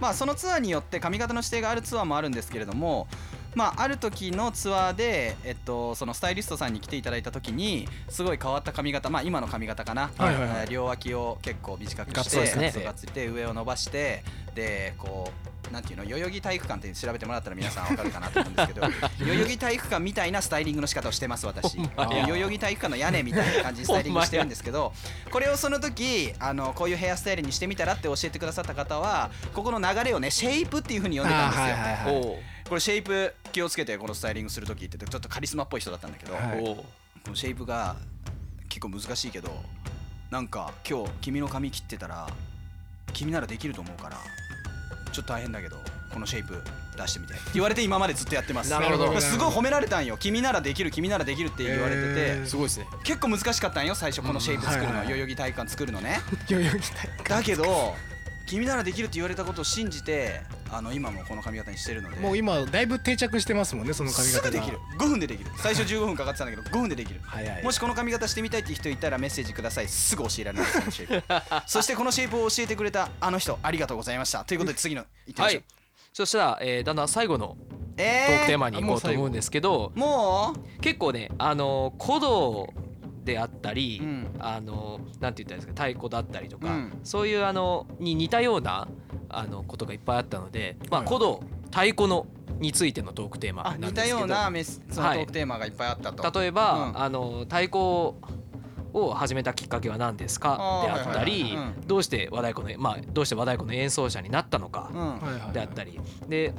まあそのツアーによって髪型の指定があるツアーもあるんですけれどもまあある時のツアーで、えっと、そのスタイリストさんに来ていただいた時にすごい変わった髪型まあ今の髪型かな、
はいはいはい
えー両脇を結構短く
ガッ
し
ツリですね
てがついて上を伸ばしてでこうなんていうの代々木体育館って調べてもらったら皆さんわかるかなと思うん
[LAUGHS]
ですけど代々木体育館みたいなスタイリングの仕方をしてます私
ほんま
代
や
々木体育館の屋根みたいな感じでスタイリングしてるんですけどこれをその時あのこういうヘアスタイルにしてみたらって教えてくださった方はここの流れをねシェイプっていう風に呼んでたんですよ、
あーはいはいはい
おう
これシェイプ気をつけてこのスタイリングする時って言ってちょっとカリスマっぽい人だったんだけど、
はい
おう
このシェイプが結構難しいけどなんか今日君の髪切ってたら君ならできると思うからちょっと大変だけどこのシェイプ出してみてって言われて今までずっとやってます
なるほど
すごい褒められたんよ君ならできる君ならできるって言われてて、
へー
すごいですね
結構難しかったんよ最初このシェイプ作るの、
うんはいはい
代々木体育館作るのね
代々木体
だけど君ならできるって言われたことを信じてあの今もこの髪型にしてるので
もう今だいぶ定着してますもんねその髪
す
型
ぐ
が
できる5分でできる最初15分かかってたんだけど5分でできる
早い
もしこの髪型してみたいって人いたらメッセージくださいすぐ教えられますこのシェイプそしてこのシェイプを教えてくれたあの人ありがとうございましたということで次のいってみま
は
しょう、
いそしたらえーだんだん最後のトークテ
え
ーマに行こうと思うんですけど
ー、も
結構ねあのー古道であったり、
うん
あのーなんて言ったらいいですか太鼓だったりとか、
うん
そういうあのに似たようなあのことがいっぱいあったので、まあ、
はい
古道太鼓のについてのトークテー
う
マ
あ
な
似
ん
た
です
よ
け
う
ど
なメッセその
は
ト
い
ークテーマがいっぱいあったと、
例えば、
うん
あの太鼓を始めたきっかけは何ですか
あ
で
ー
あったり、
はいはいはい
どうして和太鼓の、まあ、どうして和太鼓の演奏者になったのか、
うん
はいはい
であったりで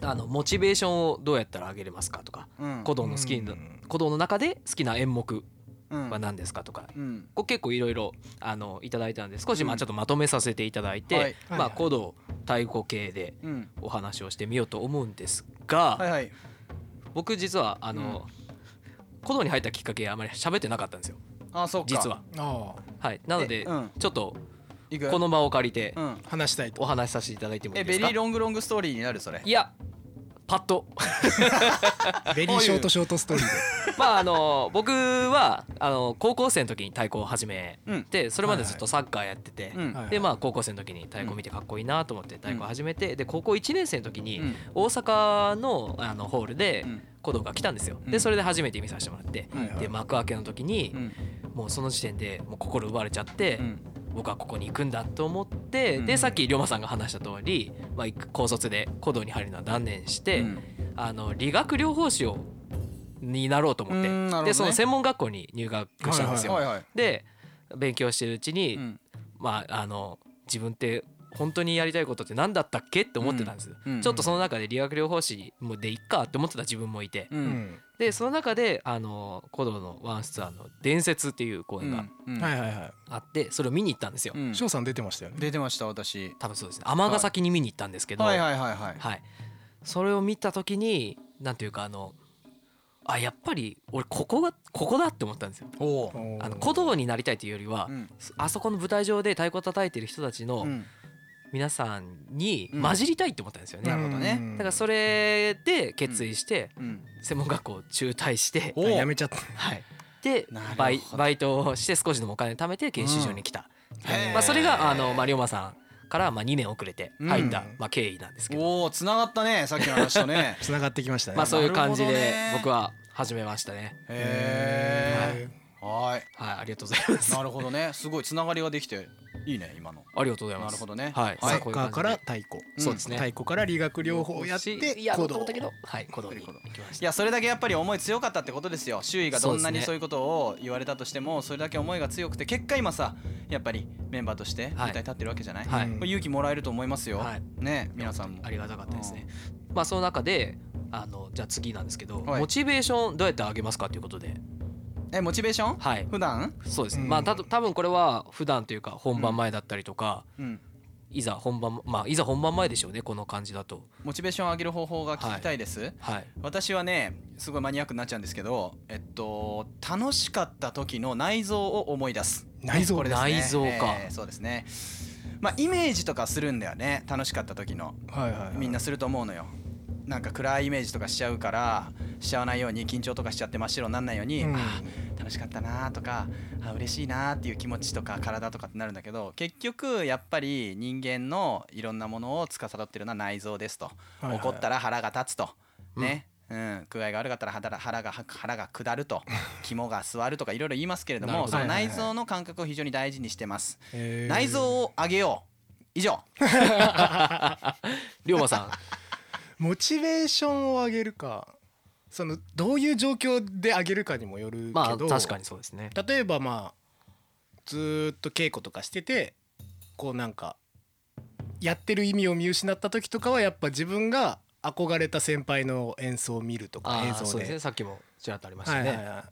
あのモチベーションをどうやったら上げれますかとか
うん
古道の好きな
うん
古道の中で好きな演目
うん
は何ですかとか
うん
こう結構いろいろあのいただいたんで少し
う
まあ
ん
ちょっとまとめさせていただいて、
はい
ま
は
あ
いはい
古道太鼓系で
うん
お話をしてみようと思うんですが、
はいはい
僕実はあの、古道に入ったきっかけあまり喋ってなかったんですよ
あそうか
実は。
あ
はい、なので、
えうん
ちょっと
いく
この場を借りて
うん
あ話したいと
お話しさせていただいてもい
え
いで
ベ
す
リ
か
ーロングロングストーリーになるそれ
いやパ
[LAUGHS]
ッと
ベリーショートショートストーリーで
まああの僕はあの高校生の時に太鼓を始め
うん
てそれまでずっとサッカーやってて、
うん
はい
でまあ高校生の時に太鼓見てかっこいいなと思って太鼓始めて、で高校1年生の時
う
に
ん
大阪のあのホールで
うん
鼓道が来たんですよ、
う
で
ん
それで初めて見させてもらって、
うん
で幕開けの時に、
うん
もうその時点でもう心奪われちゃって、
うん
僕はここに行くんだと思って、
うん
でさっき龍馬さんが話した通り、まあ、高卒で鼓道に入るのは断念して、
うん
あの理学療法士をになろうと思って、
うんなるほどね
でその専門学校に入学したんですよ。
はいはい
で勉強してるうちに、
うん
まああの自分って本当にやりたいことって何だったっけって思ってたんです、
うんうん
ちょっとその中で理学療法士もでいっかって思ってた自分もいて、
う
うんん
でその中であの古道のワンスツアーの「伝説」っていう公
う
演が
ん
はいはいは
あって、それを見に行ったんですよ、
うん
い翔さん出てましたよね
出てました私
多分そうですね尼崎に見に行ったんですけど、
はいはいはいはい
はいそれを見た時になんていうかあのあやっぱり俺ここがここだって思ったんですよ。
おお
おー
あの古道になりたいというよりは、
うん
あそこの舞台上で太鼓叩いてる人たち
う
の
ん
皆さんに混じりたいって思ったんですよね。
なるほどね
うん
だからそれで決意して
うん
専門学校を中退して、
あやめちゃった
はい、で
なるほど
バイバイトをして少しでもお金を貯めて研修所に来た、
へー
まあ、それがあの、まあ、龍馬さんからまあ2年遅れて入った、
うん
まあ経緯なんですけど、
おおつながったねさっきの話と
[LAUGHS]
ね
繋がってきましたね。
まあそういう感じ
なる
で
ほどね
僕は始めましたね。
へえはい
はい、ありがとうございます。
なるほどねすごいつながりができていいね今の
ありがとうござい
な
ま
る
す。
ほどね
はい、
サ
まあ
ッカーから
こ
太鼓。
ん
そうですね
太鼓から理学療法をやっ
ういう
て
感じでや
行
ろうと
動
思ったけ。ど、はい、行動に行きまし
いやそれだけやっぱり思い強かったってことですよ周囲がどんな
そうです
に
ね
そういうことを言われたとしてもそれだけ思いが強くて結果今さやっぱりメンバーとして
はい
舞台立ってるわけじゃない、
た。はい、
うん
これ勇気もらえると思いますよ、
はい
ね皆さんも
ありがたかったですね。まあその中で、あのじゃあ次なんですけど、
はい
モチベーションどうやって上げますかということで、
えモチベーション
はい、
普段
そうですね。
うん
まあたと多分これは普段というか本番前だったりとか、
うん
いざ本番まあいざ本番前でしょうねこの感じだと、
モチベーションを上げる方法が聞きたいです、
はい、
私はねすごいマニアックになっちゃうんですけどえっと楽しかった時の内臓を思い出す
内臓
これですね
内臓か
えーそうですねまあイメージとかするんだよね楽しかった時の
はいはいはい。
みんなすると思うのよなんか暗いイメージとかしちゃうからしちゃわないように緊張とかしちゃって真っ白にならないように、
うん
あー楽しかったなーとかあー嬉しいなーっていう気持ちとか体とかってなるんだけど結局やっぱり人間のいろんなものを司ってるのは内臓ですと、
いはい
怒ったら腹が立つと
うん
ね、うん、具合が悪かったら腹が腹が腹が下る
[LAUGHS]
と肝が座るとかいろいろ言いますけれど
なる
も
ほど
その
はいはい
内
はい
臓の感覚を非常に大事にしてます。
へー
内臓を上げよう以上
龍馬さ
モチベーションを上げるかそのどういう状況で上げるかにもよるけ [LAUGHS] ど、
ん、まあ確かにそうですね。
例えばまあずーっと稽古とかしててこうなんかやってる意味を見失った時とかはやっぱ自分が憧れた先輩の演奏を見るとか
あ
映
あ、そ
像
う
で
ですね。さっきもちらっとありました
はい
ね。
はいは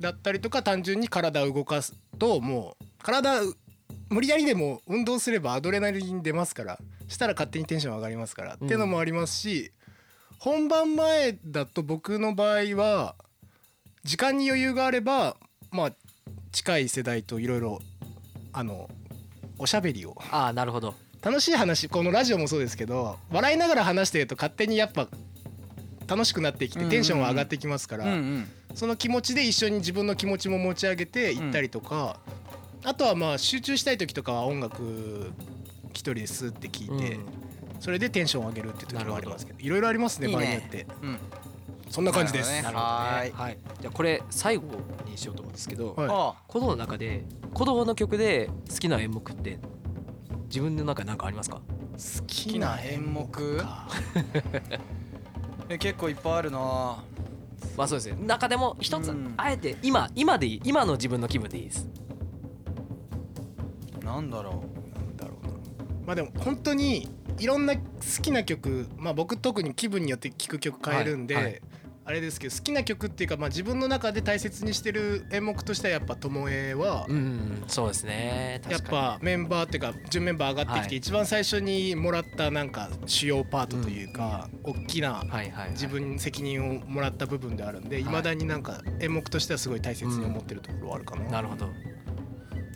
い、だったりとか単純に体を動かすともう体う無理やりでも運動すればアドレナリン出ますからしたら勝手にテンション上がりますから、っていうのもありますし本番前だと僕の場合は時間に余裕があればまあ近い世代といろいろあのおしゃべりを
ああ、なるほど。
楽しい話このラジオもそうですけど笑いながら話してると勝手にやっぱ楽しくなってきてテンションは上がってきますから、
うん
その気持ちで一緒に自分の気持ちも持ち上げていったりとか、あとはまあ集中したい時とかは音楽一人ですって聞いて、
うん
それでテンションを上げるって時
なる
も
ほ
あ
ど
りますけどいろいろありますね
いい
場合
ね
によって
うんうん
そんな感じです、
なるほ
な
ど
るほど
はーい
ね。はい。じゃあこれ最後にしようと思うんですけど、
はい
あ
子供の中で子供の曲で好きな演目って自分の中で何かありますか？
好
好きな演目
か
え結構いっぱいあるな
まあそうですね。中でも一つ、
うん
あえて今今でいい今の自分の気分でいいです。
なんだろ
なんだろうなまあでも本当にいろんな好きな曲まあ僕特に気分によって聴く曲変えるんで、
はいはい
あれですけど好きな曲っていうかまあ自分の中で大切にしてる演目としてはやっぱ「ともえ」は
うんうん、そうですね。
やっ
確かに。
ぱメンバーっていうか準メンバー上がってき
は
て
い
一番最初にもらったなんか主要パートというか大きな
はいはい、はい。
自分に責任をもらった部分であるんでいまだになんか演目としてはすごい大切に思ってるところはあるかな。
なるほど。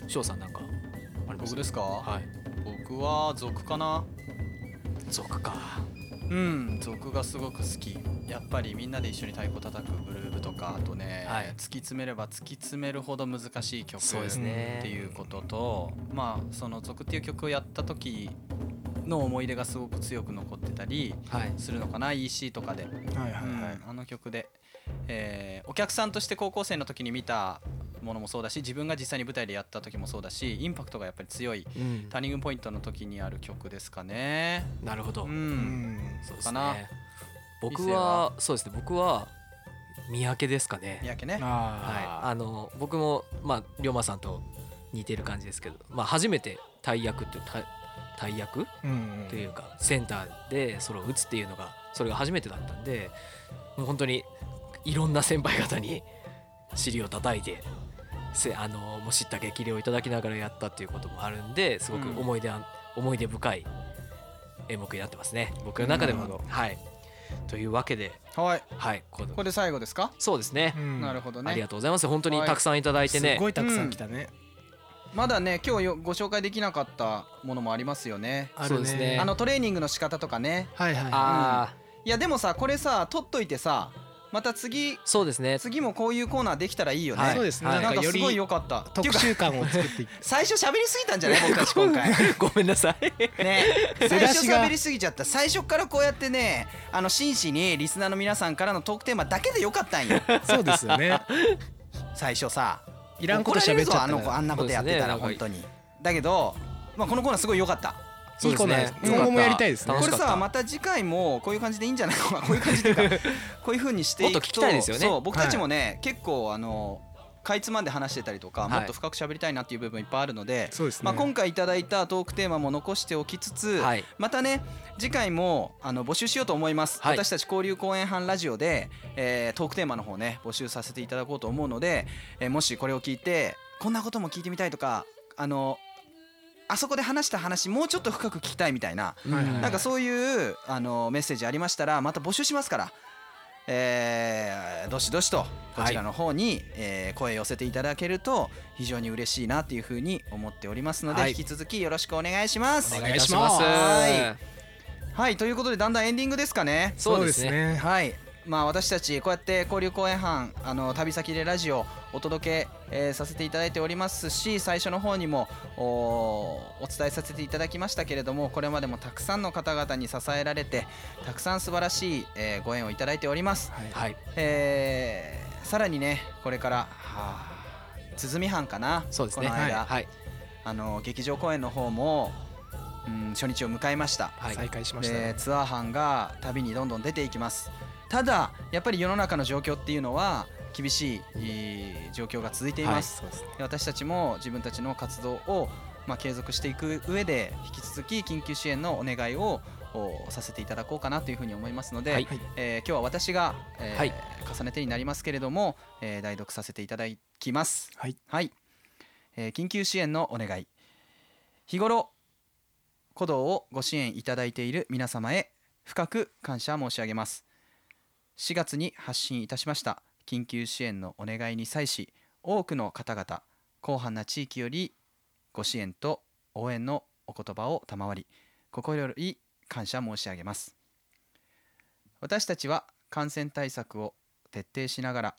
翔さんなんかあ
う
ります
僕ですか、
はい。
僕は族かな
族か。
うん族がすごく好きやっぱりみんなで一緒に太鼓叩くグルーヴとかあとね、
はい
突き詰めれば突き詰めるほど難しい曲
そうですね。
っていうこととまあその「族」っていう曲をやった時の思い出がすごく強く残ってたり
はい。
するのかな EC とかで、
はいはいはい
うんあの曲で、えーお客さんとして高校生の時に見たものもそうだし自分が実際に舞台でやった時もそうだしインパクトがやっぱり強い
うん。
ターニングポイントの時にある曲ですかね。
なるほど。
う
うん
ん
そうで
か
す
な
ね。僕
異性は
はそうですね。僕は三宅ですかね。
三宅ね
はい、
あ
あの僕もまあ龍馬さんと似てる感じですけど、まあ、初めて大役っていう大大役
ーうん
というかセンターでそれを打つっていうのがそれが初めてだったんでもう本当にいろんな先輩方に尻を叩いてせあのもう知った激励をいただきながらやったっていうこともあるんですごく思い出あ、思い出深い演目になってますね僕の中で
なるほ
も。はい、というわけで、
はい
はい、この
これで最後ですか、
そうですね、
うん
なるほど
あり
ね
がとうございます本当にたくさんいただいて
す
ね。
ごいたくさん来たね。
まだね今日よご紹介できなかったものもありますよね
あ
そう
る
ですね
ね。
あのトレーニングの仕方とかね
はいはい。
あ
いやでもさこれさ取っといてさまた次
そうですね
次もこういうコーナーできたらいいよね、
はい
そうですね、
はい
なん
なん
か
かよ
す
り
ごい良かったっていう
特
か
集感を作っていく
最初喋りすぎたんじゃない僕たち今回
[LAUGHS] ごめんなさい
ね最
出だ
初
しが
喋りすぎちゃった最初からこうやってねあの真摯にリスナーの皆さんからのトークテーマだけでよかったんよ
そうですよね
最初さ
いらんこと
怒られ
喋
る
っち
ぞ
ゃった
あの子あんなことやってたら
そう
本
です
当にだけどまあこのコーナーすごい良かった
いいコーナーです今後もやりたいですね
楽
こ
し
れ
かった
さまた次回もこういう感じでいいんじゃ [LAUGHS] ないかこういう感じでかこういう風にしていくと
もっと聞きたいですよね
そう僕たちもね、結構あのかいつまんで話してたりとか、
はい
もっと深く喋りたいなっていう部分いっぱいあるので
そうですね、
まあ、今回いただいたトークテーマも残しておきつつ、
はい
またね次回もあの募集しようと思います、
はい
私たち交流公演班ラジオで、えートークテーマの方ね募集させていただこうと思うので、えーもしこれを聞いてこんなことも聞いてみたいとかあのあそこで話した話もうちょっと深く聞きたいみたいな
はいはい
なんかそういうあのメッセージありましたらまた募集しますから、えーどしどしとこちらの方に、えー声寄せていただけると非常に嬉しいなというふうに思っておりますので、
はい
引き続きよろしくお願いします。
[LAUGHS]
お
お
願
願
い
い
し
し
ま
ますす
ははいということでだんだんエンディングですかね。
そうですね
ね
はいまあ、私たちこうやって交流公演班あの旅先でラジオをお届け、えーさせていただいておりますし最初の方にもおお伝えさせていただきましたけれどもこれまでもたくさんの方々に支えられてたくさん素晴らしい、えーご縁をいただいております、
はい
えーさらにねこれからはあ鼓班かな
そうですね
この間、
はい
あの劇場公演の方も、うん、初日を迎えました、
はい
再開しました
で
ね
ツアー班が旅にどんどん出ていきますただやっぱり世の中の状況っていうのは厳しいえー状況が続いています、
そうですね
で私たちも自分たちの活動を、まあ、継続していく上で引き続き緊急支援のお願いをおさせていただこうかなというふうに思いますので、
はい
えー今日は私が、えー
はい
重ねてになりますけれども、えー代読させていただきます。
はい、
えー緊急支援のお願い日頃鼓動をご支援いただいている皆様へ深く感謝申し上げます4月に発信いたしました緊急支援のお願いに際し多くの方々広範な地域よりご支援と応援のお言葉を賜り心より感謝申し上げます私たちは感染対策を徹底しながら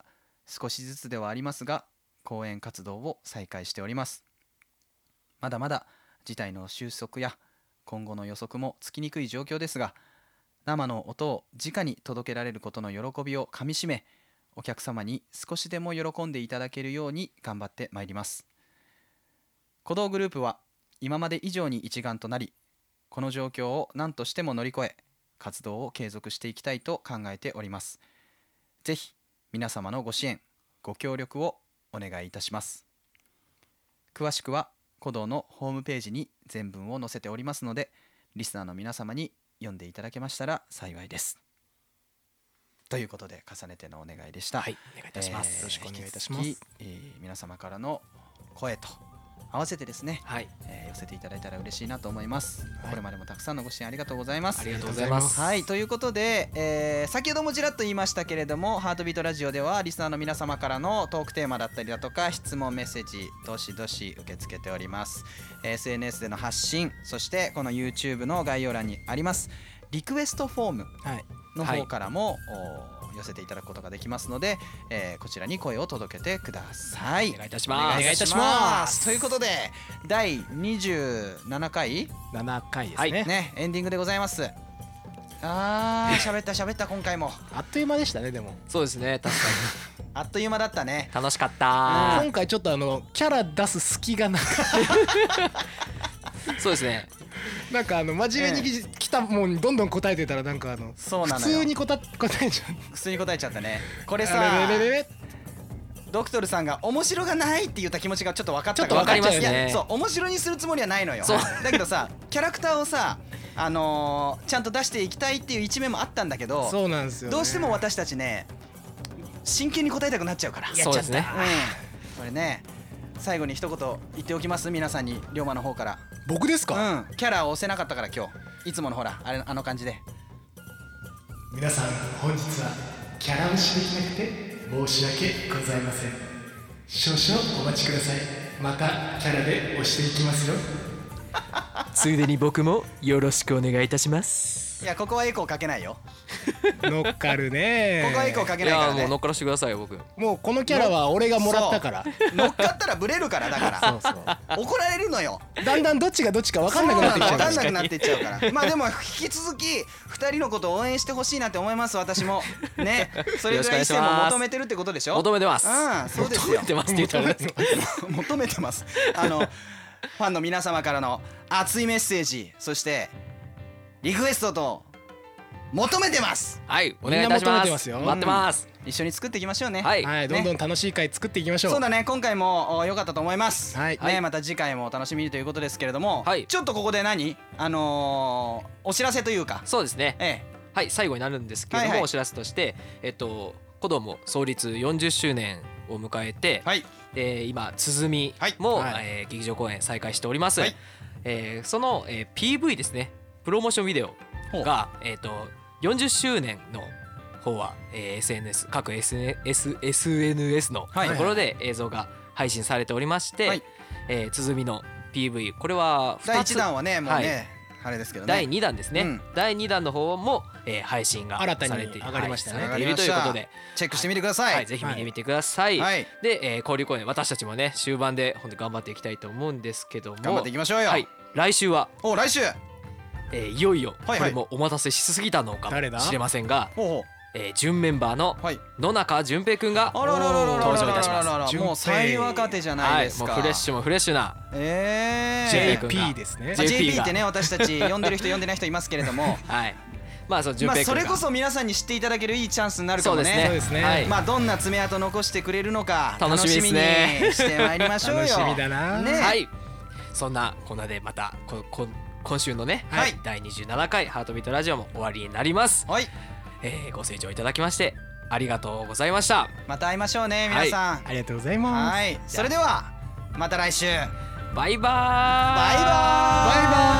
少しずつではありますが講演活動を再開しておりますまだまだ事態の収束や今後の予測もつきにくい状況ですが生の音を直に届けられることの喜びをかみしめお客様に少しでも喜んでいただけるように頑張ってまいります鼓動グループは今まで以上に一丸となりこの状況を何としても乗り越え活動を継続していきたいと考えておりますぜひ皆様のご支援ご協力をお願いいたします詳しくは鼓動のホームページに全文を載せておりますのでリスナーの皆様に読んでいただけましたら幸いですということで重ねてのお願いでした、
はいお願いいたします、
えー
よろしくお願いいたします
引き続きえー皆様からの声と合わせてですね、
はい
えー寄せていただいたら嬉しいなと思います、
はい
これまでもたくさんのご支援ありがとうございます
ありがとうございます
はいということで、えー先ほどもちらっと言いましたけれども「ハートビートラジオ」ではリスナーの皆様からのトークテーマだったりだとか質問メッセージどしどし受け付けておりますえー SNS での発信そしてこの YouTube の概要欄にありますリクエストフォーム
はい
の
は
方
い
からも、お寄せていただくことができますので、えーこちらに声を届けてください
お願いいたします
お願いいたしますということで第27回
7回ですね、
ねエンディングでございますあー喋った喋った今回も
あっという間でしたねでも
そうですね確か
あっという間だったね
に楽しかった
今回ちょっとあのキャラ出す隙がなく [LAUGHS]
そうですね
なんかあの真面目にき来たもんどんどん答えてたらなんかあの
そうな
普
のよ
通に答え答えちゃう
普通に答えちゃったねこ
こ
れさ
れれれれ
ドクトルさんが面白がないって言った気持ちがちょっと分かった
ちょっと分かりますね
いやそう面白にするつもりはないのよ
そう
だけどさキャラクターをさあのーちゃんと出していきたいっていう一面もあったんだけど
そうなんですよ、ね、
どうしても私たちね真剣に答えたくなっちゃうから
そうですね
うんこれね最後に一言言っておきます皆さんに龍馬の方から
僕ですか、
うんキャラを押せなかったから今日いつものほらあれあの感じで
皆さん本日はキャラをしできなくて申し訳ございません少々お待ちくださいまたキャラで押していきますよ
ついでに僕もよろしくお願いいたします
いやここはエコーかけないよ
[LAUGHS] 乗っかるね
ここは以降か
い
けないか
や
ら
もう
ね
乗っからしてくださいよ僕
もうこのキャラは俺がもらったから
乗っかったらブレるからだか
そうそう
ら怒られるのよ
だんだんどっちがどっちか分かんなくなってきちゃ
分
う
かんなくなっていっちゃうからまあでも引き続き2人のことを応援してほしいなって思います私もねそれぐらいしても求めてるってことでしょ
求めてます
うんそうですよ
[LAUGHS] 求めてますって言ったらあれですけど
求めてますあのファンの皆様からの熱いメッセージそしてリクエストと求めてます
はいお願いいたし
みんな求
ま
め
す
てますよ
待ってます
一緒に作っていきましょうね
はい
はいどんどん楽しい回作っていきましょう
そうだね今回もお良かったと思います
はいは
ね
い
また次回もお楽しみにということですけれども
はい
ちょっとここで何あのーお知らせというか
そうですね
え
はい最後になるんですけれども、
はいはい
お知らせとしてえっと子供創立40周年を迎えて
え、はい
えー今鼓
はい
も、
はい
えー劇場公演再開しております、
はい
えーその、えー PV ですねプロモーションビデオが、えー、と40周年の方は、えー SNS 各 SNS, SNS のと
はい
ころで映像が配信されておりまして、
はい
えー鼓の PV これは
第
2つ
1弾はねもうねあれですけどね
第2弾ですね、
うん
第2弾の方も、えー配信が
新たに
されて
上がりましたね
はいされているということで、
チェックしてみてくださ
はいい、ぜひ見てみてください。
はい
で、えー交流公演私たちもね終盤で本当に頑張っていきたいと思うんですけども
頑張っていきましょうよ
はい、来週は、
お来週
えーいよいよこ
はいはい
れもお待たせしすぎたのか
誰だ
もしれませんが、
ほうほ
えー準メンバーの
うはい
野中淳平くんが
あらららららら
登場いたします。
ららららもう最若手じゃな
はい
で
い、
す
もう
か
フレッシュもフレッシュな、
ええ
JP 君が
JP ですね
まあ
JP
JP
が
ってね私たち呼んでる人呼んでない人いますけれども
はい、まあその淳
まあ
平くんが、
それこそ皆さんに知っていただけるいいチャンスになるか
そう
も
ですね、
そうですね
はい、
まあどんな爪痕残してくれるのか
楽しみです
楽
ね
しみにしてまいりましょうよ
楽しみだな
ね
はい、そんなこんなでまたここん今週のね、
はい
第27回ハートビートラジオも終わりになります。
はい
えーご清聴いただきましてありがとうございました。
また会いましょうね皆さん
ありがとうございます
はいそれではまた来週バイ
バイバーイ
バーイ